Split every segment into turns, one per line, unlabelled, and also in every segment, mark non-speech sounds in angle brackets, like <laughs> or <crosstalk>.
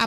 a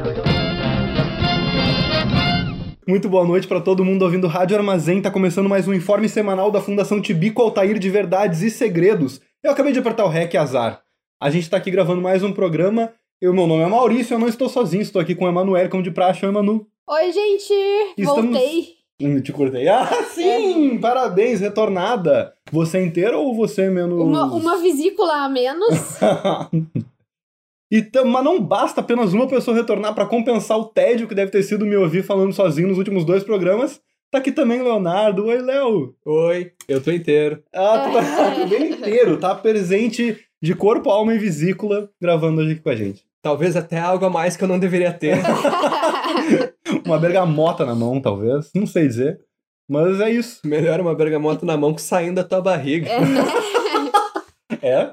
Muito boa noite para todo mundo ouvindo Rádio Armazém. Tá começando mais um informe semanal da Fundação Tibico Altair de Verdades e Segredos. Eu acabei de apertar o REC azar. A gente tá aqui gravando mais um programa. Eu, meu nome é Maurício, eu não estou sozinho, estou aqui com o Emanuel, como de praxe, o Emanu.
Oi, gente!
Estamos-
Voltei.
Hum, Te cortei. Ah, <laughs> sim! Parabéns, retornada! Você é inteira ou você é menos.
Uma, uma vesícula a menos.
<laughs> E tam- mas não basta apenas uma pessoa retornar para compensar o tédio que deve ter sido me ouvir falando sozinho nos últimos dois programas. Tá aqui também o Leonardo. Oi, Léo.
Oi, eu tô inteiro.
Ah, tu tá tá bem inteiro, tá presente de corpo, alma e vesícula gravando hoje aqui com a gente.
Talvez até algo a mais que eu não deveria <laughs> ter.
Uma bergamota na mão, talvez, não sei dizer. Mas é isso.
Melhor uma bergamota na mão que saindo da tua barriga.
É, né?
É?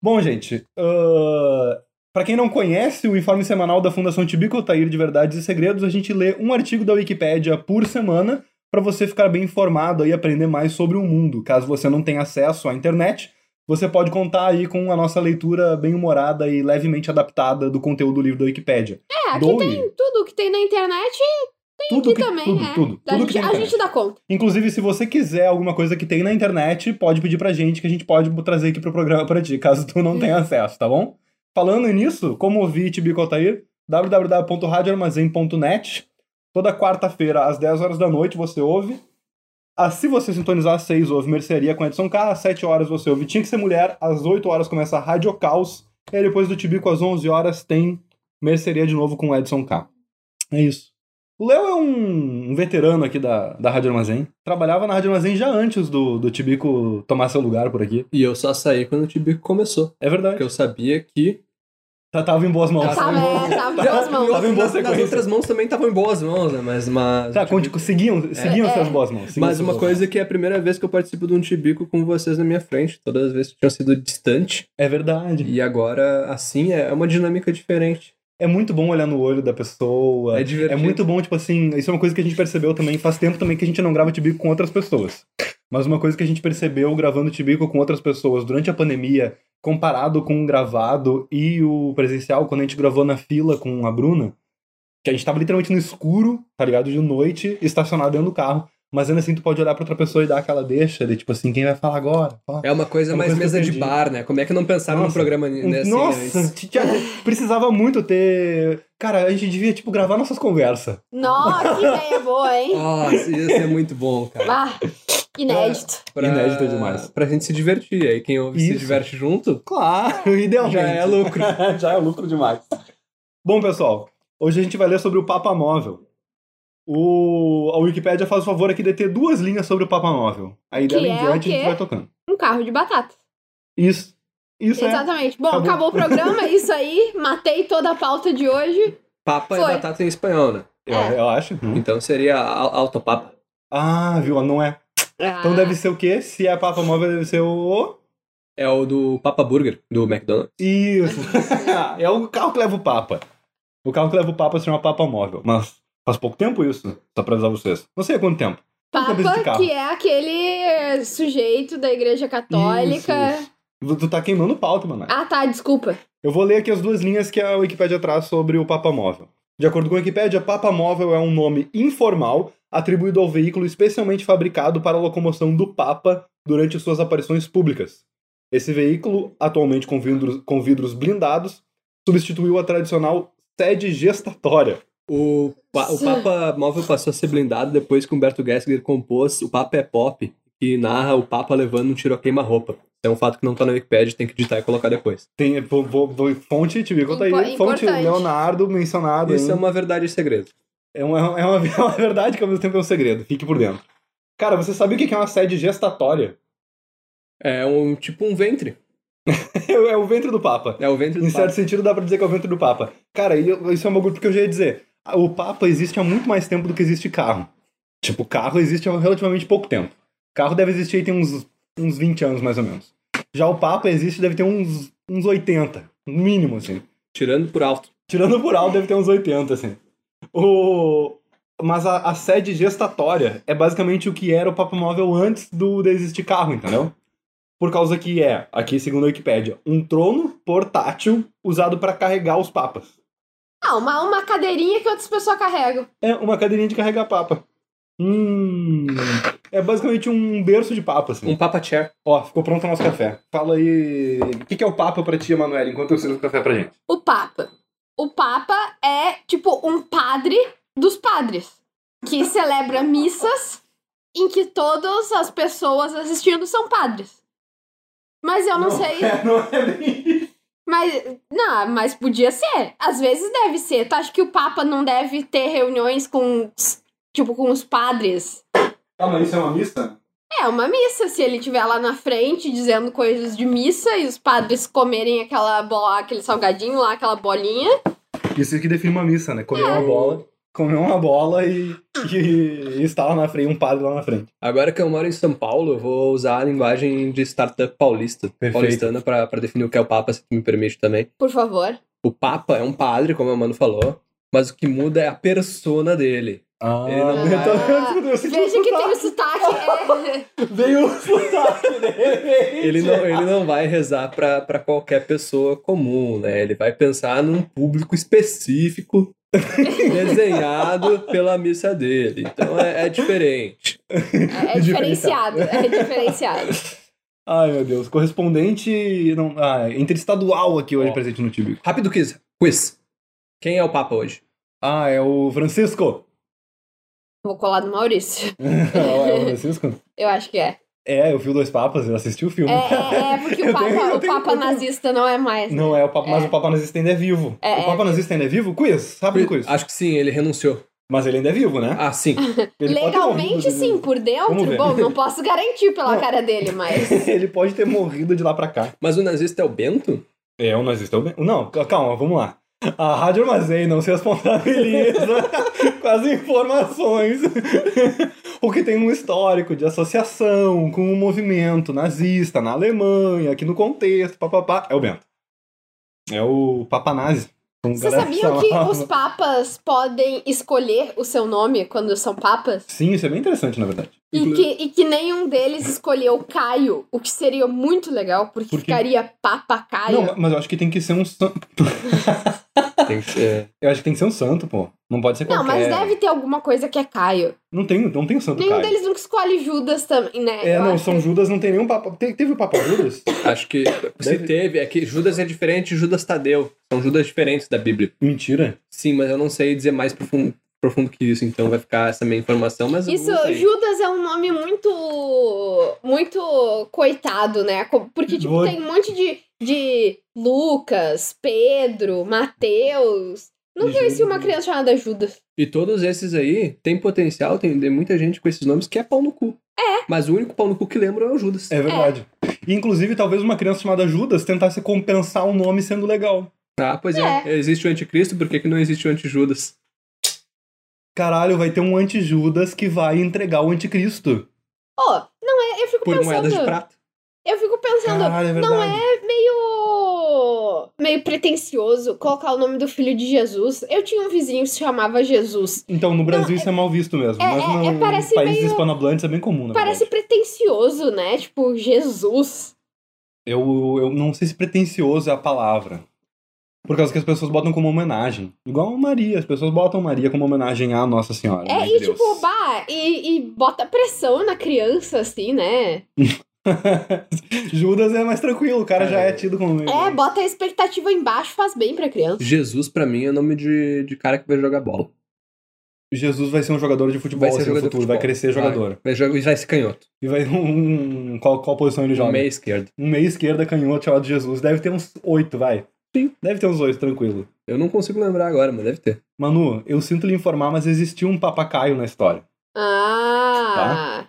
Bom, gente, ah, pra quem não conhece o informe semanal da Fundação Tibico Altair de Verdades e Segredos, a gente lê um artigo da Wikipédia por semana pra você ficar bem informado e aprender mais sobre o mundo. Caso você não tenha acesso à internet, você pode contar aí com a nossa leitura bem humorada e levemente adaptada do conteúdo do livro da Wikipédia.
É, aqui
Doe.
tem tudo que tem na internet
tudo
aqui também,
tudo,
é.
tudo,
a,
tudo que
gente,
tem na
a gente
internet.
dá conta.
Inclusive, se você quiser alguma coisa que tem na internet, pode pedir pra gente que a gente pode trazer aqui pro programa pra ti, caso tu não tenha acesso, tá bom? Falando nisso, como ouvir Tibico Altair, www.radioarmazém.net. Toda quarta-feira, às 10 horas da noite, você ouve. Ah, se você sintonizar às 6, ouve Mercearia com Edson K. Às 7 horas você ouve Tinha que Ser Mulher. Às 8 horas começa Rádio Caos. E aí, depois do Tibico, às 11 horas, tem Mercearia de novo com Edson K. É isso. O Léo é um, um veterano aqui da, da Rádio Armazém. Trabalhava na Rádio Armazém já antes do, do Tibico tomar seu lugar por aqui.
E eu só saí quando o Tibico começou.
É
Porque
verdade.
eu sabia que.
Tá- Tava em boas mãos.
Tá
Tava, é, tava em boas mãos.
Tava em boa
Nas- Nas
sequência.
outras mãos também estavam em boas mãos, né? Mas. mas
Tá,
o Tibico-
conti- seguiam, seguiam
É.
suas boas mãos. seguiam
Mas
suas
uma
boas
coisa que é a primeira vez que eu participo de um Tibico com vocês na minha frente. Todas as vezes tinham sido distante.
mãos. É verdade.
E agora, assim, é uma dinâmica diferente.
É muito bom olhar no olho da pessoa.
É divertido.
É muito bom, tipo assim, isso é uma coisa que a gente percebeu também, faz tempo também que a gente não grava Tibico com outras pessoas. Mas uma coisa que a gente percebeu gravando Tibico com outras pessoas durante a pandemia, comparado com o gravado e o presencial, quando a gente gravou na fila com a Bruna, que a gente tava literalmente no escuro, tá ligado? De noite, estacionado dentro do carro. Mas ainda assim, tu pode olhar pra outra pessoa e dar aquela deixa de tipo assim, quem vai falar agora? Pá.
É uma coisa
É uma
mais
coisa que eu
mesa
perdi.
de bar, né? Como é que não pensaram num
Nossa.
programa né, assim,
Nossa,
antes?
tia- precisava muito ter. Cara, a gente devia, tipo, gravar nossas conversas.
Nossa, que ideia
<laughs>
boa, hein?
Nossa, isso é muito bom, cara.
Ah, inédito.
Inédito demais.
Pra gente se divertir. Aí quem ouve
Isso.
se diverte junto,
Claro, idealmente.
já é lucro.
Já é lucro demais. Bom, pessoal, hoje a gente vai ler sobre o Papa Móvel. O... A Wikipédia faz o favor aqui de ter duas linhas sobre o Papa Móvel. Aí
Que
dela em
é
diante
o
a gente
quê?
vai tocando.
Um carro de batata.
Isso. Isso é.
Exatamente. Bom,
Acabou.
acabou.
<laughs>
o programa, é isso aí. Matei toda a pauta de hoje.
Papa é
Foi.
batata em espanhol, né?
Eu,
É.
eu acho.
Então seria al- autopapa.
Ah, viu? Não é. Então
Ah,
deve ser o quê? Se é Papa Móvel, deve ser o.
É o do Papa Burger, do McDonald's.
<laughs>
Isso. é o carro que leva o Papa. O carro que leva o Papa se chama Papa Móvel. Mas faz pouco tempo isso, só pra avisar vocês. Não sei há quanto tempo. cabeça de
Papa,
carro.
que é aquele sujeito da igreja católica.
Isso, isso. Tu tá queimando pauta, mano.
Ah, tá, desculpa.
Eu vou ler aqui as duas linhas que a Wikipédia traz sobre o Papa Móvel. De acordo com a Wikipédia, Papa Móvel é um nome informal atribuído ao veículo especialmente fabricado para a locomoção do Papa durante suas aparições públicas. Esse veículo, atualmente com vidros, com vidros blindados, substituiu a tradicional sede gestatória.
O, pa- o
Sim.
Papa móvel passou a ser blindado depois que Humberto Gessinger compôs O Papa é Pop, que narra o Papa levando um tiro a queima-roupa. É um fato que não tá na Wikipedia, tem que editar e colocar depois.
Tem vou- vou- vou- fonte, te conta aí.
Impo-
Fonte
importante.
Leonardo mencionado.
Isso é
hein?
uma verdade e segredo.
É uma, é, uma, <laughs> é uma verdade que ao mesmo tempo é um segredo. Fique por dentro. Cara, você sabe o que é uma sede gestatória?
É um tipo um ventre.
<laughs> É o ventre do Papa.
É o ventre do
Em certo
Papa.
sentido, dá pra dizer que é o ventre do Papa. Cara, e eu- isso é um bagulho porque eu já ia dizer. a- O Papa existe há muito mais tempo do que existe carro. Tipo, carro existe há relativamente pouco tempo. Carro deve existir aí tem uns, uns 20 anos, mais ou menos. Já o Papa existe, deve ter uns, uns 80, no mínimo, assim.
Tirando por alto.
Tirando por alto, deve ter uns 80, assim. O... Mas a, a sede gestatória é basicamente o que era o Papo Móvel antes do de existir carro, entendeu? Por causa que é, aqui segundo a Wikipédia, um trono portátil usado para carregar os papas.
Ah, uma, uma cadeirinha que outras pessoas carregam.
É uma cadeirinha de carregar papa. Hum. É basicamente um berço de papa, assim.
Um Papa Chair.
Ó, ficou pronto o nosso café. Fala aí. O que, que é o Papa pra ti, Emanuel, enquanto eu sirvo o café pra gente?
O Papa. O Papa é tipo um padre dos padres, que celebra missas em que todas as pessoas assistindo são padres. Mas eu não, sei.
não é bem.
Mas, não, mas podia ser. Às vezes deve ser. Tu acha que o Papa não deve ter reuniões com, tipo, com os padres?
Calma, isso é uma missa?
É uma missa, se ele tiver lá na frente dizendo coisas de missa e os padres comerem aquela bola, aquele salgadinho lá, aquela bolinha.
Isso que define uma missa, né? Comer
É.
uma bola. Comer uma bola e, e, e estar lá na frente, um padre lá na frente.
Agora que eu moro em São Paulo, eu vou usar a linguagem de startup paulista,
Perfeito.
paulistana, pra pra definir o que é o Papa, se tu me permite também.
Por favor.
O Papa é um padre, como a Mano falou, mas o que muda é a persona dele.
Ah, <laughs>
eu
Ah, Veja que tem o sotaque. é.
Veio o sotaque dele.
<laughs> Ele não, ele não vai rezar pra, pra qualquer pessoa comum, né? Ele vai pensar num público específico <laughs> desenhado pela missa dele. Então é, é diferente.
É, diferenciado. É diferenciado.
Ai, meu Deus. Correspondente não, ah, interestadual aqui hoje
Ó.
presente no Tibico.
Rápido quiz. Quiz. Quem é o Papa hoje?
Ah, é o Francisco. <laughs>
Vou colar do Maurício.
é o Francisco?
Eu acho que é.
É, eu vi o Dois Papas, eu assisti o
É,
filme.
é, é porque o
Eu
Papa,
tenho- eu
o
tenho-
papa
eu tenho-
nazista não é
<laughs>
mais.
Não é o Papa, mas
É.
o Papa nazista ainda é vivo.
É,
o Papa nazista ainda é vivo? Quiz, rápido quiz.
Acho que sim, ele renunciou.
Mas ele ainda é vivo, né?
Ah, sim.
Ele pode ter
Legalmente
morrido de-
sim, por
Vamos ver.
dentro. Bom, não posso garantir pela
Não.
cara dele,
<laughs>
mas.
<laughs> ele pode ter morrido de lá pra cá.
Mas o nazista é o Bento?
É, o nazista é o bem. Não, c- calma, vamos lá. A Rádio Armazém não se responsabiliza <laughs> com as informações. o que tem um histórico de associação com o movimento nazista na Alemanha, aqui no contexto, papapá. É o Bento. É o Papanazi. Como
Vocês
galera
sabiam que
chamava.
os papas podem escolher o seu nome quando são papas?
Sim, isso é bem interessante, na verdade.
E
Inclu-
que, e que nenhum deles escolheu Caio, o que seria muito legal, porque
Por quê?
ficaria Papa Caio.
Não, mas eu acho que tem que ser um santo.
Tem que ser.
Eu acho que tem que ser um santo, pô. Não pode ser
Não,
qualquer.
mas deve ter alguma coisa que é Caio.
Não tem, não tem um santo,
Nenhum
Caio.
deles nunca escolhe Judas também, né?
É,
Eu
não,
acho.
São Judas não tem nenhum papa. Te- teve o Papa Judas?
Acho que se
Deve-
teve, é que Judas é diferente de Judas Tadeu. São Judas diferentes da Bíblia.
Mentira.
Sim, mas eu não sei dizer mais profundo, profundo que isso, então vai ficar essa minha informação, mas eu
Isso,
não sei.
Judas é um nome muito. muito coitado, né? Co- Porque, tipo,
Doido.
tem um monte de, de Lucas, Pedro, Mateus. Nunca
E
conheci uma
Judas.
criança chamada Judas.
E todos esses aí tem potencial, tem, tem muita gente com esses nomes que é pau no cu. É. Mas o único pau no cu que lembro é o Judas.
É verdade. E, Inclusive, talvez uma criança chamada Judas tentasse compensar o nome sendo legal.
Ah, pois é. Existe o anticristo, por que, que não existe o anti-Judas?
Caralho, vai ter um anti-Judas que vai entregar o anticristo.
Pô, não é. Eu fico
Por moedas de
pensando.
prata.
Eu fico pensando.
Caralho, é verdade.
não é meio. meio pretencioso colocar o nome do filho de Jesus. Eu tinha um vizinho que se chamava Jesus.
Então, no Brasil isso é mal visto mesmo.
é-
mas
é-
no
é, parece
países
meio-
hispanohablantes é bem comum, né?
Parece pretencioso, né? Tipo, Jesus.
Eu, eu não sei se pretencioso é a palavra. Por causa que as pessoas botam como homenagem. Igual Maria, as pessoas botam Maria como homenagem à Nossa Senhora.
É,
Mãe
e
de Deus.
tipo, bah, e, e bota pressão na criança, assim, né?
Judas é mais tranquilo, o cara já é
É.
tido como.
É, bota a expectativa embaixo, faz bem pra criança.
Jesus, pra mim, é nome de, de cara que vai jogar bola.
Jesus vai ser um jogador de futebol
Vai ser
assim, no
jogador de
futuro, vai
futebol.
crescer jogador.
Vai, jogar- vai ser canhoto.
E vai um. um- Qual, qual posição ele
No
joga?
meio esquerdo.
Um meia esquerda, canhoto, chamado Jesus. Deve ter uns oito, vai. Sim. Deve ter uns oito, tranquilo.
Eu não consigo lembrar agora, mas deve ter.
Manu, eu sinto lhe informar, mas existiu um papacaio na história.
Ah.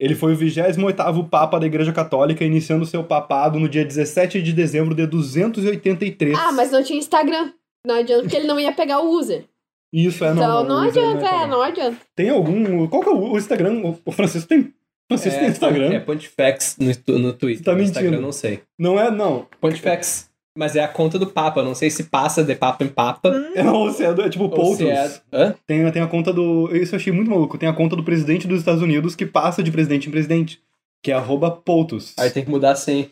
Ele foi o 28º Papa da Igreja Católica, iniciando seu papado no dia 17 de dezembro de 283.
Ah, mas não tinha Instagram. Não adianta, porque ele não ia pegar o user.
Isso é normal.
então não,
isso é
adianta, é,
normal.
não adianta.
Tem algum... Qual que é o o Instagram? O- O Francisco tem Vocês
é,
têm Instagram?
É Pontifex no, tu- no Twitter.
Você tá
no
mentindo.
Instagram, eu não sei.
Não é, não.
Pontifex. Mas é a conta do Papa. eu Não sei se passa de Papa em Papa.
Hum.
É, ou se é, do- é tipo
ou se
Poucos.
é... Hã?
Tem, tem a conta do. Isso eu achei muito maluco. Tem a conta do presidente dos Estados Unidos que passa de presidente em presidente. Que é arroba Poutos.
Aí tem que mudar sem.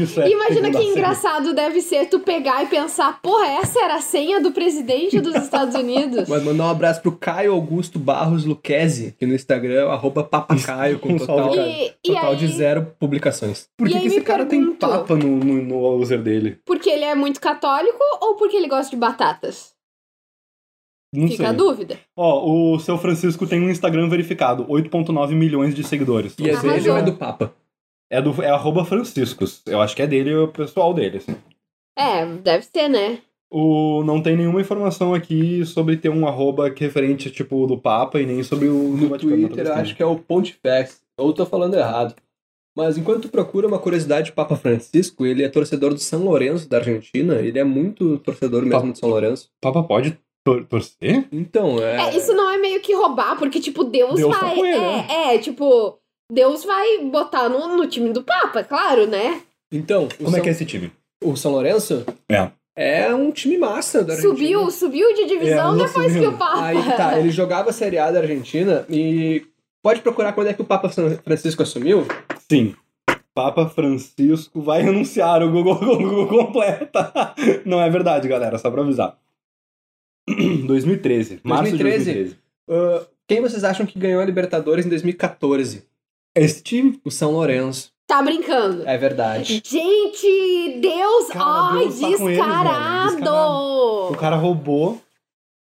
Isso é.
Imagina
tem
que
mudar sempre.
engraçado deve ser tu pegar e pensar, porra, essa era a senha do presidente dos Estados Unidos.
Mas mandar um abraço pro Caio Augusto Barros Luquezzi, que no Instagram é o arroba papacaio, com
Um
total,
salve,
E, e
total
aí,
de zero publicações.
Por
E
que,
aí
que
me
esse cara tem
pergunto-
papa no, no, no user dele?
porque ele é muito católico ou porque ele gosta de batatas?
Não
Fica a
sei.
dúvida.
Ó, o seu Francisco tem um Instagram verificado, 8.9 milhões de seguidores.
E é
Arrasou.
dele ou é do Papa?
É do é arroba Franciscos. Eu acho que é dele e o pessoal dele. assim.
É, deve ser, né?
O, não tem nenhuma informação aqui sobre ter um arroba que referente, tipo, do Papa e nem sobre o do
No
Vaticano, assim.
Twitter,
talvez
eu
tenha.
acho que é o Pontifex. Ou tô falando errado. Mas enquanto tu procura uma curiosidade do Papa Francisco, ele é torcedor do São Lourenço, da Argentina. Ele é muito torcedor mesmo do São Lourenço.
Papa pode tor- torcer?
Então, é...
É, isso não é meio que roubar, porque, tipo, Deus,
Deus tá
vai.
com ele,
é, é, tipo, Deus vai botar no, no time do Papa, claro, né?
Então, o,
Como
São...
é que é esse time?
o São Lourenço
É.
é um time massa da Argentina.
Subiu, subiu de divisão
É, não
depois
subiu.
que o Papa.
Aí tá, ele jogava a Série A da Argentina e pode procurar quando é que o Papa Francisco assumiu.
Sim. Papa Francisco vai <laughs> renunciar o Google, Google completa. Não é verdade, galera, só pra avisar. <clears throat> 2013, março
2013.
de 2013.
Ah, quem vocês acham que ganhou a Libertadores em 2014?
Esse time,
O São Lourenço.
<laughs> Tá brincando.
É verdade.
Gente, Deus,
Cara, Deus tá com
ai,
eles, velho,
descarado.
descarado. o cara roubou.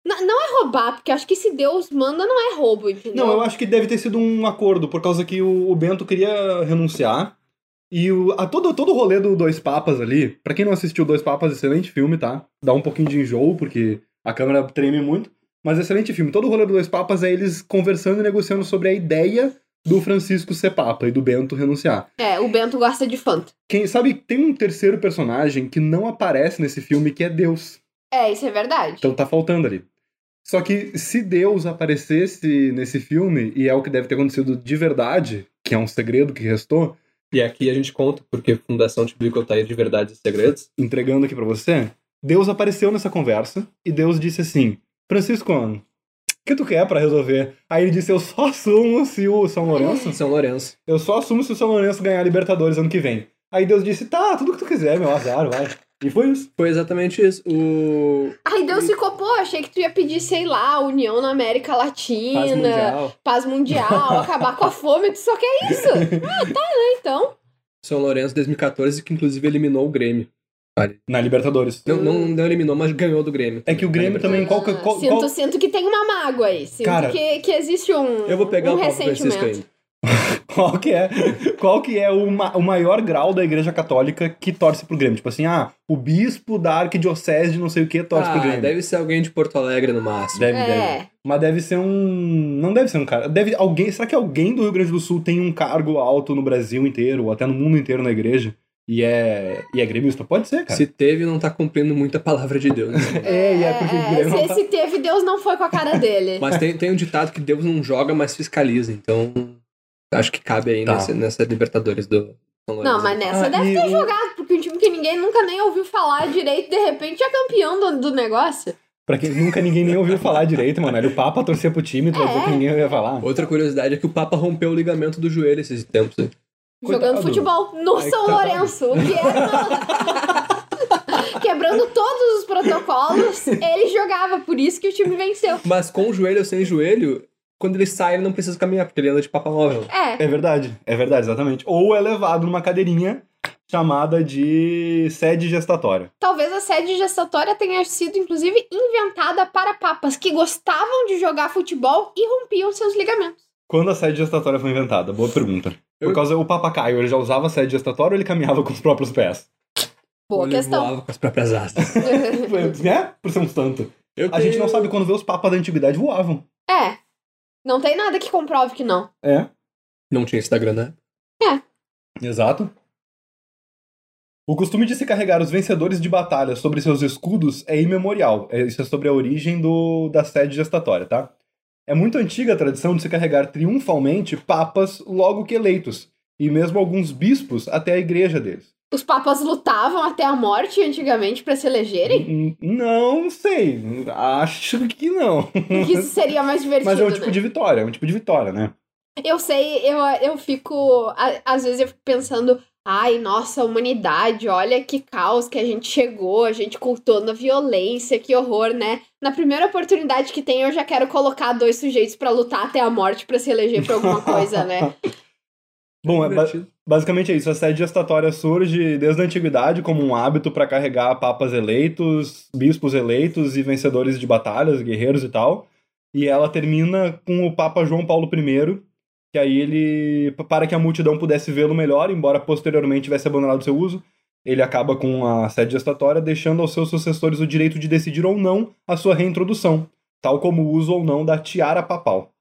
N- Não é roubar, porque eu acho que se Deus manda, não é roubo, entendeu?
Não, eu acho que deve ter sido um acordo, por causa que o, o Bento queria renunciar. E o, a todo, todo o rolê do Dois Papas ali, pra quem não assistiu Dois Papas, excelente filme, tá? Dá um pouquinho de enjoo, porque a câmera treme muito. Mas excelente filme. Todo o rolê do Dois Papas é eles conversando e negociando sobre a ideia do Francisco ser Papa e do Bento renunciar.
É, o Bento gosta de Fanta.
Quem sabe tem um terceiro personagem que não aparece nesse filme que é Deus.
É, isso é verdade.
Então tá faltando ali. Só que se Deus aparecesse nesse filme, e é o que deve ter acontecido de verdade, que é um segredo que restou,
E aqui a gente conta, porque a Fundação te publica o Tair de Verdades e Segredos.
entregando aqui pra você, Deus apareceu nessa conversa e Deus disse assim: Francisco, o que tu quer pra resolver? Aí ele disse: Eu só assumo se o São Lourenço.
São Lourenço.
Eu só assumo se o São Lourenço ganhar a Libertadores ano que vem. Aí Deus disse: Tá, tudo que tu quiser, meu azar, vai. E foi isso.
Foi exatamente isso. O
Aí Deus ficou, pô, achei que tu ia pedir, sei lá, união na América
Paz
Latina,
Mundial.
paz mundial,
<laughs>
acabar com a fome, tu só quer isso. Ah, tá, né, então.
São Lourenço 2014, que inclusive eliminou o Grêmio.
Na Libertadores.
Não, não, não eliminou, mas ganhou do Grêmio.
É que o Grêmio também, qual que-
Ah,
qual-
sinto,
qual-
sinto que tem uma mágoa aí. Sinto
Cara,
que, que existe um
Eu vou pegar
um
o Papa Francisco
ressentimento.
ainda.
Qual que é, qual que é o, ma- o maior grau da igreja católica que torce pro Grêmio? Tipo assim, ah, o bispo da arquidiocese de não sei o que torce pro
Ah,
Grêmio.
deve ser alguém de Porto Alegre no máximo.
Deve, deve.
É,
Mas deve ser um... Não deve ser um cara. Deve, alguém, será que alguém do Rio Grande do Sul tem um cargo alto no Brasil inteiro, ou até no mundo inteiro na igreja, e é, e é gremista? Pode ser, cara.
Se teve, não tá cumprindo muita palavra de Deus. né? <laughs>
É, e é porque o Grêmio
se,
não tá-
se teve, Deus não foi com a cara
<laughs>
dele.
Mas tem, tem um ditado que Deus não joga, mas fiscaliza. Então, acho que cabe aí
Tá.
nessa, nessa Libertadores do São Lourenço.
Não, mas nessa
Ah,
deve
e
ter
o-
jogado, porque um time que ninguém nunca nem ouviu falar direito, de repente é campeão do, do negócio.
Pra quem nunca ninguém nem ouviu falar direito, mano. Era o Papa torcer pro time, torcer
É.
que ninguém ia falar.
Outra curiosidade é que o Papa rompeu o ligamento do joelho esses tempos. né? aí.
Coitado.
Jogando futebol no
Aí que
São
tá.
Lourenço, o que era.
<laughs>
Quebrando todos os protocolos, ele jogava, por isso que o time venceu.
Mas com o joelho ou sem joelho, quando ele sai, ele não precisa caminhar, porque ele anda de Papa Móvel.
É,
É verdade, é verdade, exatamente. Ou é levado numa cadeirinha chamada de sede gestatória.
talvez a sede gestatória tenha sido, inclusive, inventada para papas que gostavam de jogar futebol e rompiam seus ligamentos.
Quando a sede gestatória foi inventada? Boa pergunta. Por
Eu-
causa o Papa Caio, ele já usava sede gestatória ou ele caminhava com os próprios pés?
Boa
Ou ele
questão.
voava com as próprias asas. <laughs>
<laughs> Foi, né? Por ser um santo.
Eu
A gente
tenho-
não sabe quando vê os papas da antiguidade voavam.
<laughs> é. Não tem nada que comprove que não.
É,
Não tinha Instagram, né?
exato. O costume de se carregar os vencedores de batalha sobre seus escudos é imemorial. É, Isso é sobre a origem do, da sede gestatória, tá? É muito antiga a tradição de se carregar triunfalmente papas logo que eleitos, e mesmo alguns bispos até a igreja deles.
Os papas lutavam até a morte antigamente pra se elegerem?
N- n- Não sei, acho que não.
Porque isso seria mais divertido,
<laughs> Mas é um tipo
né?
de vitória, é um tipo de vitória, né?
Eu sei, eu, eu fico. a- Às vezes eu fico pensando, ai, nossa, humanidade, olha que caos que a gente chegou, a gente cultou na violência, que horror, né? Na primeira oportunidade que tem, eu já quero colocar dois sujeitos pra lutar até a morte pra se eleger pra alguma
<laughs>
coisa, né?
Bom, é ba-
Divertido.
basicamente é isso. A sede gestatória surge desde a antiguidade como um hábito para carregar papas eleitos, bispos eleitos e vencedores de batalhas, guerreiros e tal. E ela termina com o Papa João Paulo I, que aí ele, para que a multidão pudesse vê-lo melhor, embora posteriormente tivesse abandonado seu uso, ele acaba com a sede gestatória, deixando aos seus sucessores o direito de decidir ou não a sua reintrodução, tal como o uso ou não da tiara papal.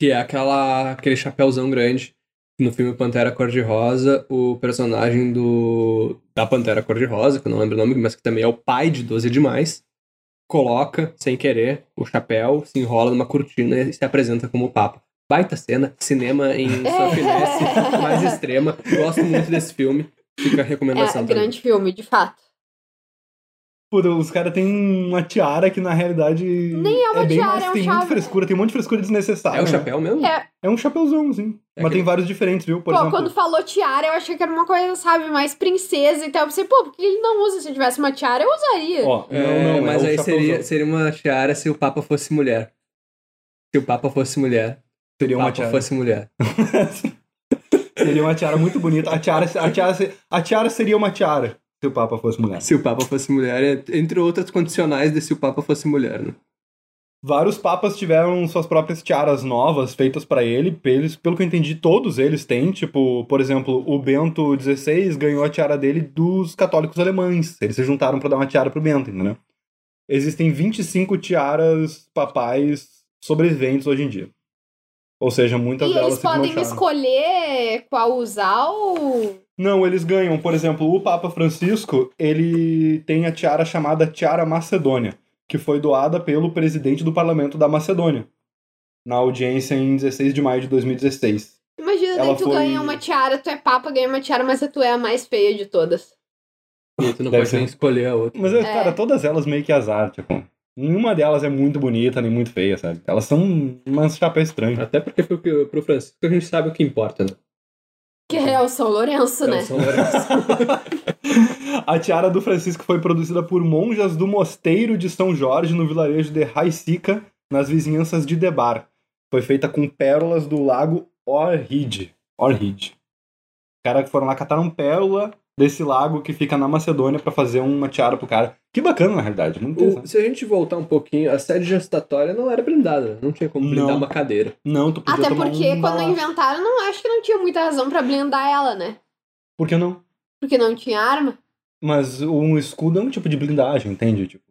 Que é aquela, aquele chapéuzão grande. que No filme Pantera Cor-de-Rosa, o personagem do da Pantera Cor-de-Rosa, que eu não lembro o nome, mas que também é o pai de 12 demais, coloca, sem querer, o chapéu, se enrola numa cortina e se apresenta como papa. Baita cena, cinema
<laughs>
em
É.
sua finesse mais extrema. Gosto muito desse filme. Fica a
É
recomendação
um
também.
grande filme, de fato.
Puta, os caras têm uma tiara que na realidade.
Nem é uma
é bem
tiara,
mais,
é um
Tem
chave-
muita frescura, tem um monte de frescura desnecessária.
É o
né?
chapéu mesmo?
É.
É um chapéuzão, assim.
É
Mas
aquele-
tem vários diferentes, viu? Por
pô,
exemplo.
quando falou tiara, eu achei que era uma coisa, sabe, mais princesa e tal. Eu pensei, pô, por que ele não usa? Se eu tivesse uma tiara, eu usaria.
Ó,
É,
não, não,
mas
é um
aí
chapéuzão.
seria, seria uma tiara se o Papa fosse mulher. Se o Papa fosse mulher. Se
Seria
o
uma
Papa
tiara.
fosse mulher.
Tá, seria uma tiara muito bonita. A tiara, a, tiara, a tiara seria uma tiara se o Papa fosse mulher.
Se o Papa fosse mulher, ent- entre outras condicionais de se o Papa fosse mulher, né?
Vários papas tiveram suas próprias tiaras novas feitas pra ele. Eles, pelo que eu entendi, todos eles têm. Tipo, por exemplo, o Bento XVI ganhou a tiara dele dos católicos alemães. Eles se juntaram pra dar uma tiara pro Bento, entendeu? Existem 25 tiaras papais sobreviventes hoje em dia. Ou seja, muitas
E
delas
eles
se
podem
desmancharam.
escolher qual usar ou.
Não, eles ganham. Por exemplo, o Papa Francisco, ele tem a tiara chamada Tiara Macedônia, que foi doada pelo presidente do parlamento da Macedônia, na audiência em 16 de maio de 2016.
Imagina, daí
Ela
tu
foi-
ganha uma tiara, tu é papa, ganha uma tiara, mas tu é a mais feia de todas.
E tu não
Deve
pode
ser.
nem escolher a outra.
Mas, cara, todas elas meio que azar, tipo... Nenhuma delas é muito bonita, nem muito feia, sabe? Elas são umas chapéus estranhas.
assim, Até porque pro, que- pro Francisco a gente sabe o que importa, né?
Que é o São Lourenço,
É
né?
o São Lourenço.
<laughs> A tiara do Francisco foi produzida por monjas do Mosteiro de São Jorge, no vilarejo de Raicica, nas vizinhanças de Debar. Foi feita com pérolas do lago Orhid. Orhid. Os caras que foram lá cataram pérola desse lago que fica na Macedônia pra fazer uma tiara pro cara. Que bacana, na realidade. Muito
<laughs> O-
interessante.
se a gente voltar um pouquinho, a sede gestatória não era blindada. Não tinha como blindar
Não.
uma cadeira.
Não, tu podia
Até
tomar
porque
uma...
quando inventaram, não acho que não tinha muita razão pra blindar ela, né?
Por que não?
Porque não tinha arma. Ah,
Mas um escudo é um tipo de blindagem, entende? Tipo,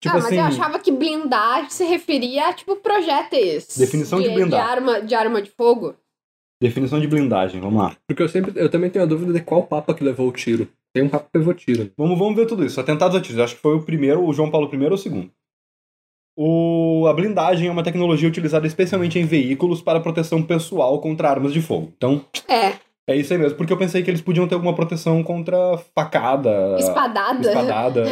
tipo
ah, mas
assim...
eu achava que blindar se referia a, tipo, projéteis.
Definição de blindar.
De arma, de arma de fogo.
Definição de blindagem, vamos lá.
Porque eu sempre. Eu também tenho a dúvida de qual Papa que levou o tiro. Tem um Papa que levou o tiro.
Vamos, vamos ver tudo isso. Atentados a tiros. Acho que foi o primeiro, o João Paulo I ou o segundo. O, a blindagem é uma tecnologia utilizada especialmente em veículos para proteção pessoal contra armas de fogo. Então,
É,
é isso aí mesmo. Porque eu pensei que eles podiam ter alguma proteção contra facada,
espadada.
Ah, espadada,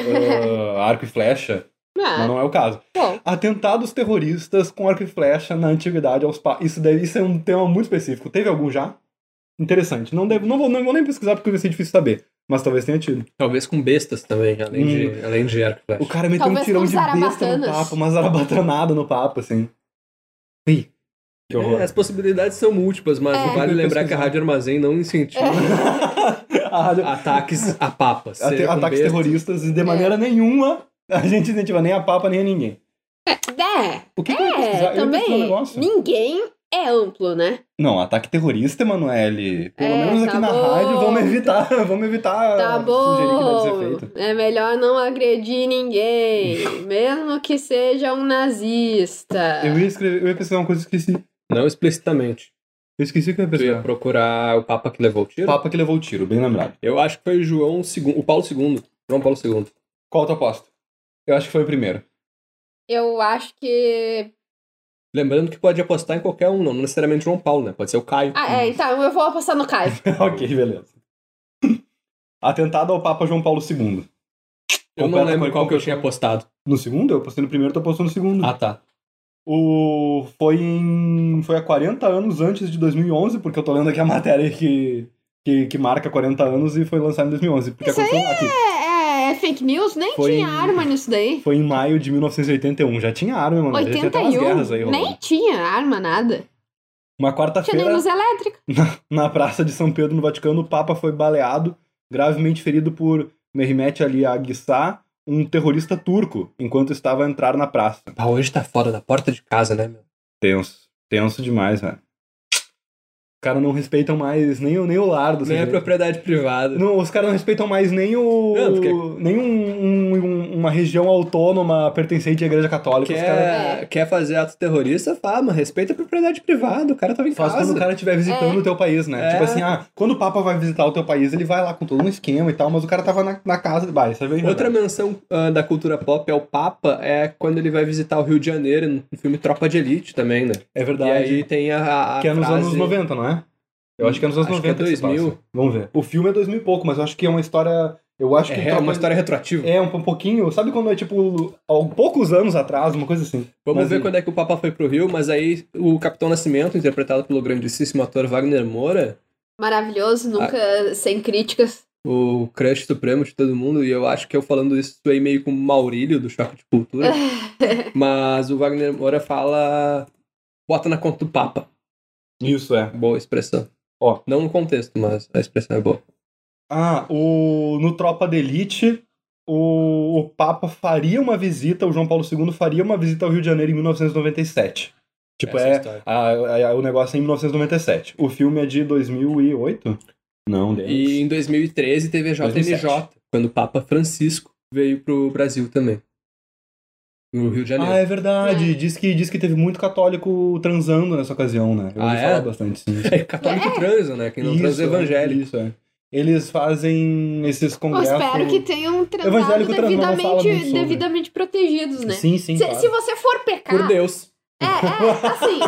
ah, arco e flecha, mas
Ah,
não é o caso.
bom.
Atentados terroristas com arco e flecha na antiguidade aos pa... Isso, daí, isso é um tema muito específico. Teve algum já? Interessante. Não, devo, não, vou, não vou nem pesquisar porque vai ser difícil saber. Mas talvez tenha tido.
Talvez com bestas também, além, de, além de arco né? e flecha.
O cara meteu um
Talvez
tirão
com
de besta no
zarabatanas.
papo, uma zarabatanada no papo, assim. Ih, que horror. <laughs>
É, as possibilidades são múltiplas, mas
É.
vale lembrar que a Rádio Armazém não incentiva
A rádio-
ataques a papas.
ate-
seja com
Ah, ataques
bestas.
terroristas e de maneira nenhuma a gente incentiva nem a papa nem a ninguém.
É,
O que, que eu ia pesquisar?
é,
Eu ia pesquisar um
também.
negócio.
Ninguém é amplo, né?
Não, ataque terrorista, Emanuele. Pelo
É,
menos
tá
aqui na
bom.
rádio vamos evitar, <laughs> vamos evitar
Tá
sugerir que deve ser
bom.
feito.
É melhor não agredir ninguém,
<laughs>
mesmo que seja um nazista.
Eu ia, escrever, eu ia pesquisar uma coisa e esqueci.
Não explicitamente.
Eu esqueci o que eu ia
Tu ia
pesquisar.
procurar o Papa que levou o tiro?
é. Papa que levou o tiro, bem lembrado.
Eu acho que foi João II, o Paulo II. João Paulo II.
Qual tu aposta? Eu acho que foi o primeiro.
Eu acho que
Lembrando que pode apostar em qualquer um, não necessariamente João Paulo, né? Pode ser o Caio.
Ah, é, então eu vou apostar
<laughs>
no Caio.
ok, beleza. Atentado ao Papa João Paulo II.
Eu não
Completa
lembro
com-
qual que eu tinha apostado.
No segundo? Eu postei no primeiro, tô postando no segundo.
Ah, tá.
O... Foi em... Foi há 40 anos antes de 2011, porque eu tô lendo aqui a matéria que, que, que marca 40 anos e foi lançada em 2011. Porque
Isso
aconteceu aqui.
É, é, é fake news? Nem
Foi-
tinha arma nisso daí.
Foi em maio de 1981. Já tinha arma, mano. Já tinha até umas guerras aí,
81?
rolando. Ah,
Nem tinha arma, nada.
Uma
Tinha nem
quarta-feira,
luz elétrica.
na Praça de São Pedro, no Vaticano, o Papa foi baleado, gravemente ferido por Mehmet Ali Aguissá, um terrorista turco, enquanto estava a entrar na praça.
Ah, hoje tá foda da porta de casa, né, meu?
Tenso. Tenso demais, velho. Os caras não respeitam mais nem, o- nem o lar do
Nem é
sujeito.
propriedade privada.
Não, os caras não respeitam mais nem o.
Não, porque-
Nem um- um- um- uma região autônoma pertencente à Igreja Católica. Os caras
É.
Quer, quer fazer ato terrorista? Fala, mas respeita a propriedade privada. O cara tava em
faz
casa.
quando o cara estiver visitando
É.
o teu país, né?
É.
Tipo assim, ah, quando o Papa vai visitar o teu país, ele vai lá com todo um esquema e tal, mas o cara tava na, na casa. Bah, isso é bem
Outra
verdade.
menção ah, da cultura pop ao Papa é quando ele vai visitar o Rio de Janeiro no filme Tropa de Elite também, né?
É
E
verdade.
aí tem a, a- a
que é nos
frase-
anos 90, não é? Eu acho que é nos anos
Acho que é
90. se
2000.
passa. Vamos ver. O filme é 2000 e pouco, mas eu acho que é uma história. Eu acho que
É, é uma história retroativa.
É, um, um pouquinho. Sabe quando é tipo, há poucos anos atrás, uma coisa assim.
Vamos
Mas
ver
e-
quando é que o Papa foi pro Rio, mas aí o Capitão Nascimento, interpretado pelo grandíssimo ator Wagner Moura,
Maravilhoso,
Ah.
nunca sem críticas.
o crush supremo de todo mundo, e eu acho que eu falando isso aí meio com Maurílio do Choque de Cultura, mas o Wagner Moura fala bota na conta do Papa.
Isso é.
Boa expressão.
Ó.
Não no contexto, mas a expressão é boa.
Ah, o no Tropa de Elite, o, o Papa faria uma visita, o João Paulo II faria uma visita ao Rio de Janeiro em 1997. Tipo,
Essa
é,
história.
a- a- o negócio é em 1997. O filme é de 2008? Não, Deus.
E em 2013 teve a JMJ,
2007.
quando o Papa Francisco veio pro Brasil também. No Rio de Janeiro.
Ah, é verdade.
É.
Diz, que, diz que teve muito católico transando nessa ocasião, né? Eu
Ah,
ouvi
é?
falar bastante, sim.
é... católico transa, né? Quem não transa é
Ah, Isso,
evangélico.
Isso, é. Eles fazem esses
Eu
congressos...
espero que tenham transado
Evangélico trans, mas não fala muito
devidamente,
sobre.
devidamente protegidos, né?
Sim, sim,
Se,
claro.
se você for pecar.
Por Deus.
É, é, assim.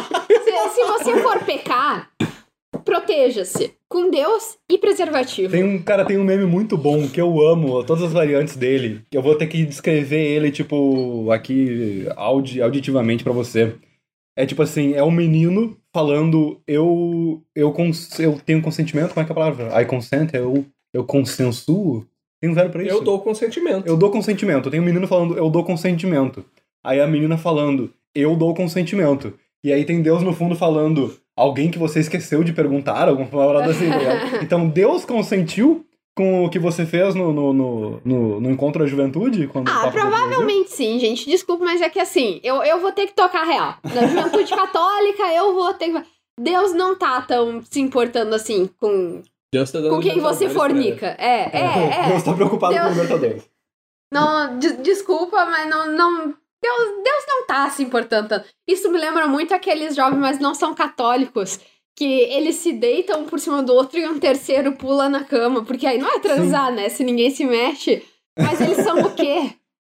se, se você for pecar, proteja-se com Deus e preservativo.
Tem um cara tem um meme muito bom que eu amo, todas as variantes dele. que Eu vou ter que descrever ele tipo aqui audi, auditivamente pra você. É tipo assim, é um menino falando eu eu cons, eu tenho consentimento, como é que é a palavra? I consent, eu eu consensuo. Tem um verbo pra isso?
Eu dou consentimento.
Eu dou consentimento. Tem um menino falando, eu dou consentimento. Aí a menina falando, eu dou consentimento. E aí tem Deus no fundo falando, alguém que você esqueceu de perguntar, alguma palavra assim. tá
<laughs>
ligado? então Deus consentiu com o que você fez no, no, no, no- no encontro da juventude? Quando
Ah,
provavelmente.
Realmente sim, gente. Desculpa, mas é que assim, eu, eu vou ter que tocar real. Na juventude católica, eu vou ter que. Deus não tá tão se importando assim com,
Deus tá dando
com quem você
jantar pra ele.
fornica. É,
<laughs>
é,
Deus
é.
tá preocupado
Deus-
com o
<laughs>
libertador.
Não, de- desculpa, mas não. não Deus, Deus não tá se importando tanto. Isso me lembra muito aqueles jovens, mas não são católicos. Que eles se deitam um por cima do outro e um terceiro pula na cama. Porque aí não é transar, né? Se ninguém se mexe. Mas eles são o
<laughs>
quê?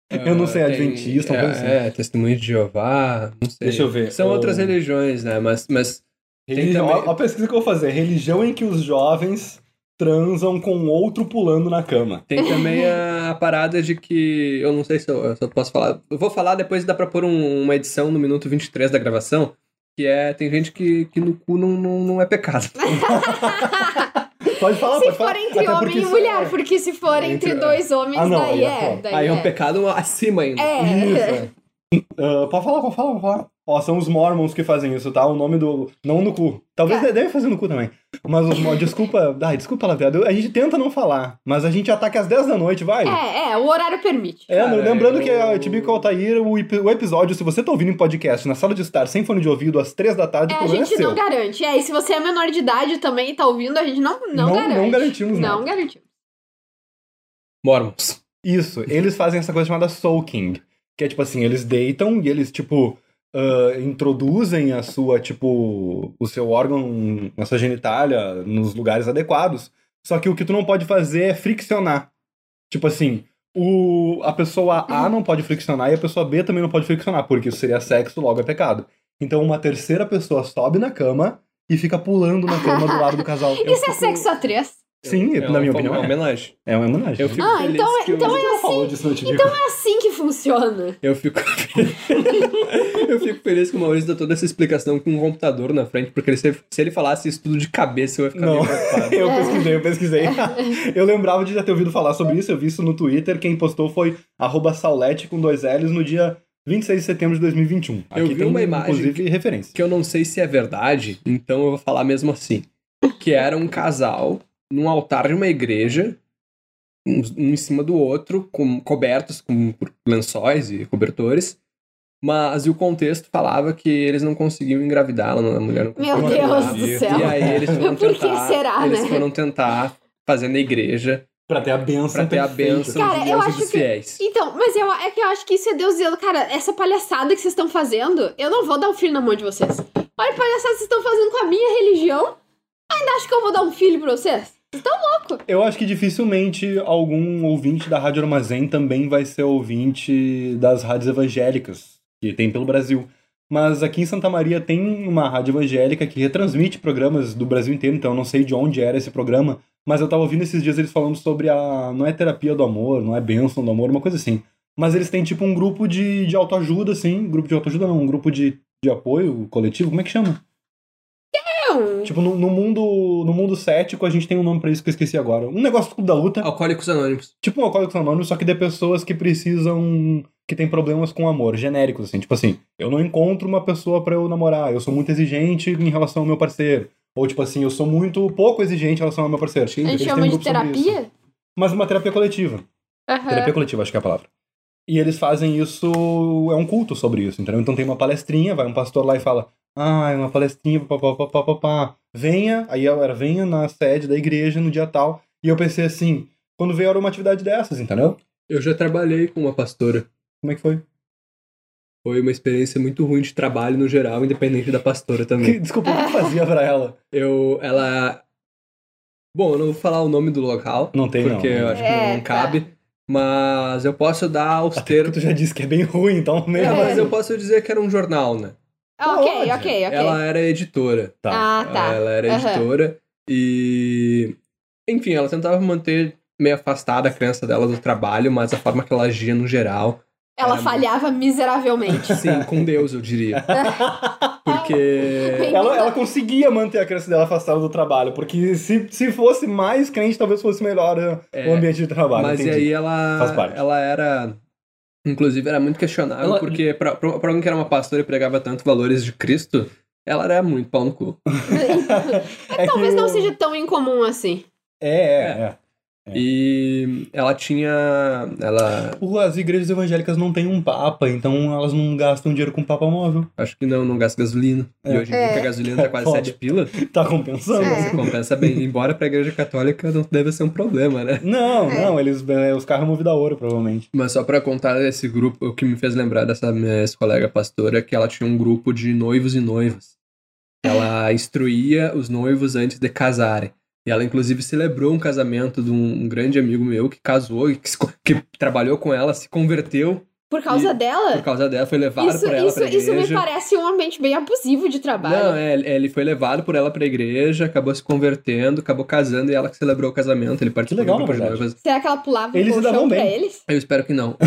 Eu não sei,
Ah,
adventista, uma
é,
coisa assim.
é, testemunho de Jeová, não sei.
Deixa eu ver.
São
Eu-
outras religiões, né? Mas, mas
Religião,
também-
ó, ó a pesquisa que eu vou fazer. Religião em que os jovens transam com outro pulando na cama.
tem também a, a parada de que. Eu não sei se eu, eu só posso falar. Eu vou falar depois dá pra pôr um- uma edição no minuto 23 da gravação. Que é. Tem gente que, que no cu não, não, não
<laughs>
é pecado.
Pode falar,
Se
pode falar.
for entre
Até
homem
porque
e
isso
mulher,
é-
porque se for
Entre-
entre dois homens,
Ah, não, aí
daí
é
é.
foda.
Daí
Aí é um
é.
pecado acima ainda.
É.
Isso. Ah, pode falar, pode falar, pode falar. Ó, são os Mormons que fazem isso, tá? O nome do. Não no cu.
Tá.
Talvez deve fazer no cu também. Mas os Mormons. Desculpa. Ai, desculpa, Laviado. A gente tenta não falar, mas a gente ataca às 10 da noite, vai.
É, é, o horário permite.
É,
Cara,
lembrando que a
eu-
Tibico Altair, o, ep- o episódio, se você tá ouvindo em podcast na sala de estar sem fone de ouvido às 3 da tarde,
É,
o
a
problema é
gente
seu.
não garante. É, e se você é menor de idade também e tá ouvindo, a gente não, não,
Não-
garante.
não garantimos
Não
nada.
garantimos.
Mormons.
Isso, eles fazem essa coisa chamada soaking, que é tipo assim, eles deitam e eles tipo ah, introduzem a sua tipo o seu órgão, a sua genitália nos lugares adequados. Só que o que tu não pode fazer é friccionar. Tipo assim, o a pessoa A não pode friccionar e a pessoa B também não pode friccionar, porque isso seria sexo, logo é pecado. Então uma terceira pessoa sobe na cama e fica pulando na cama do lado do casal. Eu
<laughs> Isso é
fico-
sexo a três.
Sim,
É
na
uma-
minha
uma
opinião. É,
homenagem.
é uma homenagem.
Eu fico
Ah,
feliz
então é-
que o-
então é
Não
assim.
falou disso, não te digo.
Então é assim que funciona.
Eu fico. <laughs> eu fico feliz que o Maurício deu toda essa explicação com um computador na frente, porque ele- se, se ele falasse isso tudo de cabeça, eu ia ficar
Não.
meio
<laughs>
preocupado.
Eu pesquisei, eu pesquisei. <laughs> eu lembrava de já ter ouvido falar sobre isso, eu vi isso no Twitter. Quem postou foi arroba Saulete com dois L's no dia 26 de setembro de 2021.
Eu vi uma imagem
Inclusive, referência.
Que eu não sei se é verdade, então eu vou falar mesmo assim. Que era um casal num altar de uma igreja, um, um em cima do outro, com, cobertos com por lençóis e cobertores. Mas e o contexto falava que eles não conseguiam engravidar, ela não- a mulher não
Meu
conseguiu
Deus
engravidar.
do
maravilha.
céu.
E aí
<laughs>
eles foram
Então, Por que
tentar,
será,
eles
né?
foram tentar fazer na igreja
Pra ter a benção.
pra ter a
perfeita.
bênção
Cara,
de
eu
Deus e
acho
dos
que-
fiéis.
Então, mas eu, é que eu acho que isso é Deus dizendo, cara, essa palhaçada que vocês estão fazendo, eu não vou dar um filho na mão de vocês. Olha a palhaçada que vocês estão fazendo com a minha religião, ainda acho que eu vou dar um filho pra vocês?
Eu acho que dificilmente algum ouvinte da Rádio Armazém também vai ser ouvinte das rádios evangélicas, que tem pelo Brasil. Mas aqui em Santa Maria tem uma rádio evangélica que retransmite programas do Brasil inteiro, então eu não sei de onde era esse programa, mas eu tava ouvindo esses dias eles falando sobre a. Não é terapia do amor, não é bênção do amor, uma coisa assim. Mas eles têm tipo um grupo de, de autoajuda, assim. Grupo de autoajuda não, um grupo de, de apoio coletivo, como é que chama?
É um...
Tipo, no, no mundo no mundo cético, a gente tem um nome pra isso que eu esqueci agora. Um negócio do Clube da Luta,
Alcoólicos Anônimos.
tipo um Alcoólicos Anônimos, só que de pessoas que precisam... que tem problemas com amor, genéricos, assim. Tipo assim, eu não encontro uma pessoa pra eu namorar, eu sou muito exigente em relação ao meu parceiro. Ou tipo assim, eu sou muito pouco exigente em relação ao meu parceiro.
A
Sim.
Eles
gente
têm
chama
um
de
grupo sobre isso.
terapia?
Mas uma terapia coletiva. Terapia coletiva, acho que é a palavra. E eles fazem isso, é um culto sobre isso, entendeu? Então tem uma palestrinha, vai um pastor lá e fala: Ah, é uma palestrinha, papapá, venha. Aí ela era, venha na sede da igreja no dia tal. E eu pensei assim: quando veio era uma atividade dessas, entendeu?
Eu já trabalhei com uma pastora.
Como é que foi?
Foi uma experiência muito ruim de trabalho no geral, independente da pastora também. <laughs>
Que- desculpa, o que eu fazia pra ela?
Eu, ela. Bom, eu não vou falar o nome do local,
Não tem,
porque eu
não.
acho que não-
É,
não
tá.
cabe, mas eu posso dar os
Até porque
termos.
tu já disse que é bem ruim, então meio.
É, mas
É.
eu posso dizer que era um jornal, né?
é
Ah, ok,
Pode.
ok, ok.
Ela era editora.
Tá.
Ah, tá.
Ela era
Aham.
editora e. Enfim, ela tentava manter meio afastada a crença dela do trabalho, mas a forma que ela agia no geral
Ela
É.
falhava
<laughs>
miseravelmente.
Sim, <laughs> com Deus, eu diria.
<laughs>
Porque.
Ela, ela conseguia manter a criança dela afastada do trabalho, porque se, se fosse mais crente, talvez fosse melhor né,
É,
o ambiente de trabalho.
Mas e
entendi.
aí
Faz
ela,
parte.
ela era. Inclusive, era muito questionável,
Ela-
porque pra, pra, pra alguém que era uma pastora e pregava tanto valores de Cristo, ela era muito pau no cu.
É que
<laughs> Talvez não
o-
seja tão incomum assim.
É, é, é.
E ela tinha. Ela.
Pô, As igrejas evangélicas não têm um papa, então elas não gastam dinheiro com papa móvel. <laughs>
Acho que não, não gasta gasolina. E hoje em dia
É.
que a gasolina tá quase
Foda.
7 pila.
Tá compensando?
É.
Você compensa bem. Embora pra igreja católica não deve ser um problema, né?
Não, não, eles, é, os carros movidos a ouro, provavelmente.
Mas só pra contar esse grupo, o que me fez lembrar dessa minha ex-colega pastora, é que ela tinha um grupo de noivos e noivas. Ela instruía os noivos antes de casarem. E ela, inclusive, celebrou um casamento de um um grande amigo meu que casou e que, se co- que trabalhou com ela, se converteu
Por causa
E- por
dela?
causa dela, foi levado
Isso,
por ela
isso,
pra igreja.
isso me parece um ambiente bem abusivo de
Não,
trabalho.
é, ele foi levado por ela pra igreja, acabou se convertendo, acabou casando e ela que celebrou o casamento. Ele participou
legal,
do grupo de
na verdade.
noivas.
Será que ela pulava
Eles
o
se
colchão
davam
pra
bem.
eles?
Eu espero que não.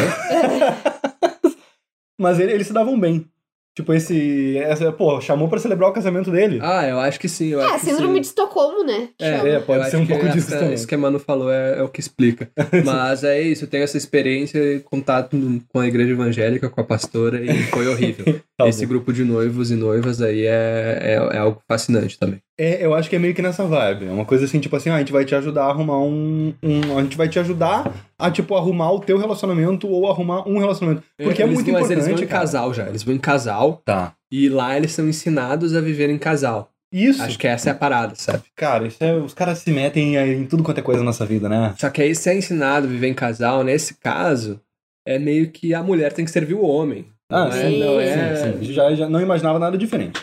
Mas ele- eles se davam bem. Tipo, esse. Essa, pô, chamou pra celebrar o casamento dele.
Ah, eu acho que sim. Eu acho
É,
que
síndrome
sim.
de Estocolmo, né? Chama.
é, pode
Eu
ser
acho
um pouco
que
disso
essa-
também.
Isso que a Mano falou é, é o que
<laughs>
explica. Mas é isso, eu tenho essa experiência e contato no- com a igreja evangélica, com a pastora, e foi horrível.
<laughs> Tá
Esse
bom.
grupo de noivos e noivas aí é, é, é algo fascinante também.
É, eu acho que é meio que nessa vibe. É uma coisa assim, tipo assim, ah, a gente vai te ajudar a arrumar um, um- A gente vai te ajudar a, tipo, arrumar o teu relacionamento ou arrumar um relacionamento. Porque é
Eles-
muito
mas
importante.
eles vão em
cara.
casal já, eles vão em casal
Tá.
e lá eles são ensinados a viver em casal.
Isso,
Acho que essa é a parada, sabe?
cara, isso é, os caras se metem em tudo quanto é coisa nessa vida, né?
Só que aí se é ensinado a viver em casal, nesse caso, é meio que a mulher tem que servir o homem.
Ah,
Não é-
sim,
não é-
sim, sim. Já, já não imaginava nada diferente.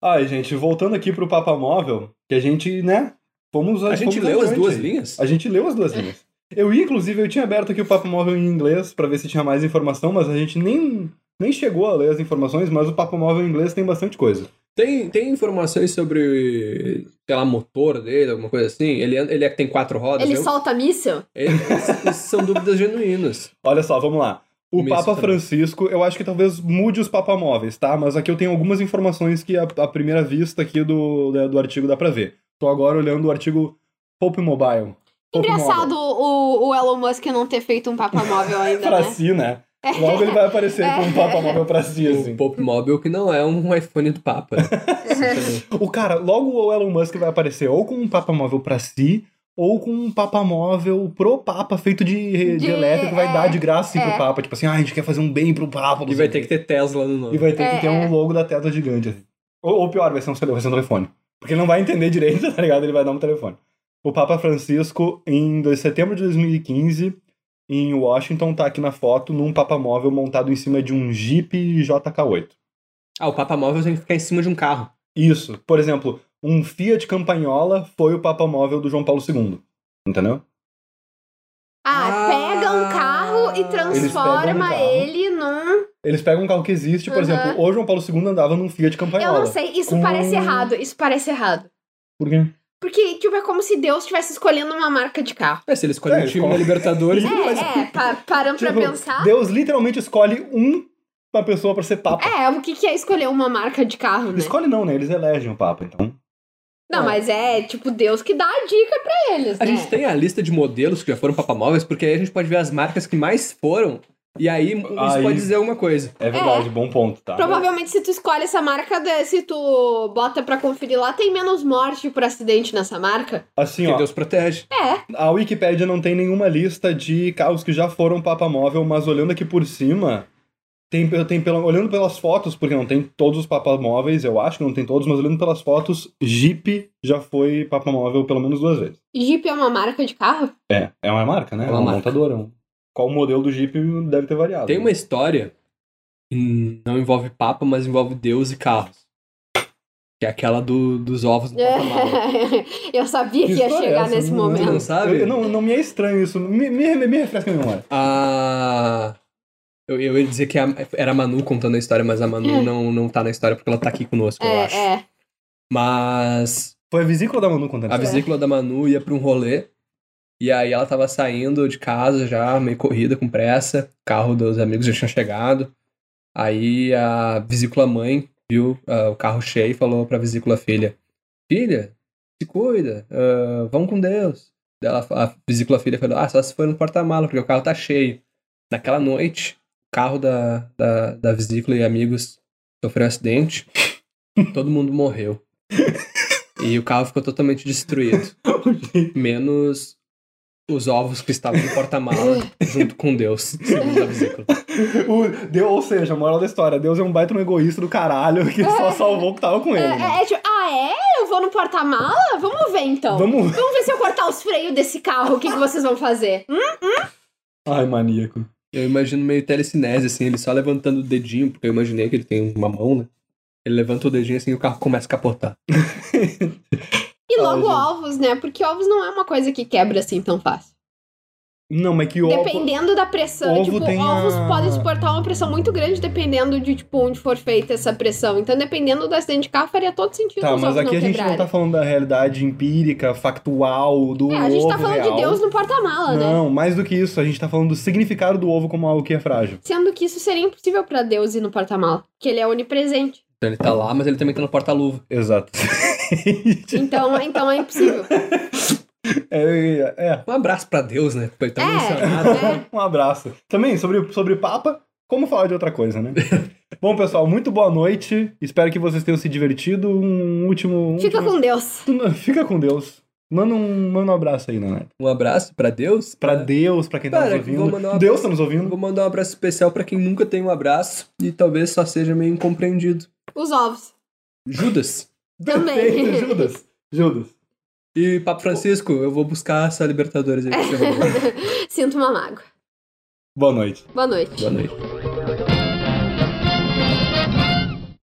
Ai, gente, voltando aqui pro Papa Móvel, que a gente, né, fomos...
A gente
fomos
leu as
adiante
duas
aí.
linhas?
A gente leu as duas
É.
linhas. Eu ia, inclusive, eu tinha aberto aqui o Papo Móvel em inglês pra ver se tinha mais informação, mas a gente nem... nem chegou a ler as informações, mas o Papo Móvel em inglês tem bastante coisa.
Tem, tem informações sobre, sei lá, motor dele, alguma coisa assim? Ele, é- ele é que tem quatro rodas?
Ele
né?
solta míssil?
Ele- isso são
<laughs>
dúvidas genuínas.
Olha só, vamos lá. O
Isso
Papa
também.
Francisco, eu acho que talvez mude os papamóveis, tá? Mas aqui eu tenho algumas informações que à à primeira vista aqui do, né, do artigo dá pra ver. Tô agora olhando o artigo Pope Mobile. Pope
Engraçado
Mobile.
o, o Elon Musk não ter feito um Papa
<laughs>
Móvel ainda,
Pra
né? É.
si, né? Logo ele vai aparecer com
<laughs>
um papamóvel pra si, assim.
O Pop Mobile que não é um iPhone do Papa. né?
<laughs>
O cara, logo o Elon Musk vai aparecer ou com um Papa Móvel pra si, ou com um Papa Móvel pro Papa, feito de, de,
De-
elétrico, vai
é,
dar de graça assim,
é.
pro Papa. Tipo assim, ah, a gente quer fazer um bem pro Papa. não
E
sei
vai
o
ter
quê.
que ter Tesla no
E
nome.
vai ter
É,
que ter
é.
um logo da tela gigante. assim. Ou, ou pior, vai ser, um, tele- vai ser um telefone. Porque ele não vai entender direito, <laughs> tá ligado? Ele vai dar um telefone. O Papa Francisco, em dois- setembro de 2015, em Washington, tá aqui na foto, num Papa móvel montado em cima de um Jeep JK8.
Ah, o Papa Móvel tem que ficar em cima de um carro.
Isso. Por exemplo, um Fiat Campanhola foi o Papa móvel do João Paulo II. Entendeu?
Ah, pega um
Ah.
carro e
Eles pegam um
transforma
carro.
ele num.
Eles pegam um carro que existe, por
Uhum.
exemplo, o João Paulo II andava num Fiat
Eu
Campanhola.
não sei, isso
Com-
parece
um
errado, isso parece errado.
Por quê?
Porque, tipo, é como se Deus estivesse escolhendo uma marca de carro.
É, se ele escolhe
É,
um time
escolhe.
da Libertadores, ele
<laughs>
faz
É, é, pa- parando pra
Tipo,
pensar.
Deus literalmente escolhe um, uma pessoa pra ser Papa.
É, o que, que é escolher uma marca de carro, né?
Escolhe não, né? Eles elegem o Papa, então.
Não, mas é tipo Deus que dá a dica pra eles,
A
né?
gente tem a lista de modelos que já foram papamóveis, porque aí a gente pode ver as marcas que mais foram, e aí isso
Aí-
pode dizer alguma coisa.
É verdade, bom ponto, tá?
Provavelmente se tu escolhe essa marca, de- se tu bota pra conferir lá, tem menos morte por acidente nessa marca.
Assim,
Porque
ó,
Deus protege.
a Wikipédia não tem nenhuma lista de carros que já foram Papa Móvel, mas olhando aqui por cima, tem, pe- tem pela, olhando pelas fotos, porque não tem todos os Papa Móveis, eu acho que não tem todos, mas olhando pelas fotos, Jeep já foi Papa Móvel pelo menos duas vezes.
Jeep é uma marca de carro?
É, é uma marca, né?
É
É
uma
uma,
marca.
montadora. um- Qual modelo do Jeep deve ter variado.
Tem uma história que não envolve papa, mas envolve Deus e carros. Que é aquela do, dos ovos do
<laughs>
Papa Mala.
É. Eu sabia que, ia
história é
chegar
essa?
nesse
Não-
Tu não
momento.
sabe?
Eu- não, não me é estranho isso. Me, me, me refresca a memória.
Ah, eu, eu ia dizer que é a- era a Manu contando a história, mas a Manu não, não tá na história porque ela tá aqui conosco, eu acho.
É, é.
Mas
Foi a vesícula da Manu contando
a
essa
vesícula da Manu ia pra um rolê. E aí ela tava saindo de casa já, meio corrida, com pressa. O carro dos amigos já tinha chegado. Aí a vesícula mãe viu ah, o carro cheio e falou pra vesícula filha: Filha, se cuida, ah, vamos com Deus. Daí ela- a vesícula filha falou: Ah, só se for no porta-mala, porque o carro tá cheio. Naquela noite, o carro da, da, da vesícula e amigos sofreu um acidente. <laughs> Todo mundo morreu. E o carro ficou totalmente destruído.
<laughs>
Menos os ovos que estavam no
<laughs>
porta-mala, junto com Deus, segundo a vesícula.
O Deus, ou seja, a moral da história, Deus é um baita um egoísta do caralho que só salvou o que tava com
É,
ele. né?
é, é tipo, ah, é? Eu vou no porta-mala? Vamos ver então. Vamos...
Vamos.
ver se eu cortar os freios desse carro, o que, que vocês vão fazer? Hum?
Ai, maníaco.
Eu imagino meio telecinese, assim, ele só levantando o dedinho, porque eu imaginei que ele tem uma mão, né? Ele levanta o dedinho assim e o carro começa a capotar.
E
Ah,
logo
gente.
ovos, né? Porque ovos não é uma coisa que quebra assim tão fácil.
Não, mas que ovo.
Dependendo da pressão,
ovo
tipo,
tem
ovos
a-
podem suportar uma pressão muito grande dependendo de, tipo, onde for feita essa pressão. Então, dependendo do acidente de carro, faria todo sentido
Tá,
os
mas
ovos
aqui
não
a gente não
quebrarem.
tá falando da realidade empírica, factual, do
É, a gente tá
ovo
falando
real.
de Deus no porta-mala, né?
Não, mais do que isso, a gente tá falando do significado do ovo como algo que é frágil.
Sendo que isso seria impossível pra Deus ir no porta-mala, porque ele é onipresente.
Então ele tá lá, mas ele também tá no porta-luva.
Exato.
Então, então é impossível.
<laughs> É, é.
Um abraço pra Deus, né? Foi
Tá
tão
É.
emocionado.
É.
Um abraço. Também, sobre, sobre Papa, como falar de outra coisa,
<laughs>
né? Bom, pessoal, muito boa noite. Espero que vocês tenham se divertido. Um último. um
é. Fica
último-
com Deus.
Fica com Deus. Manda um, manda um abraço aí, Nanete.
Um abraço pra Deus.
Pra Deus, pra quem tá
Cara,
nos
que vou
ouvindo.
mandar um
Deus tá nos ouvindo.
Vou mandar um abraço especial pra quem nunca tem um abraço e talvez só seja meio incompreendido.
Os ovos.
Judas.
Também.
Perfeito, Judas. Judas.
E Papo Francisco, eu vou buscar
<laughs>
essa Libertadores aí. que você roubou.
<laughs> Sinto uma mágoa.
Boa noite.
Boa noite.
Boa noite.
Boa noite.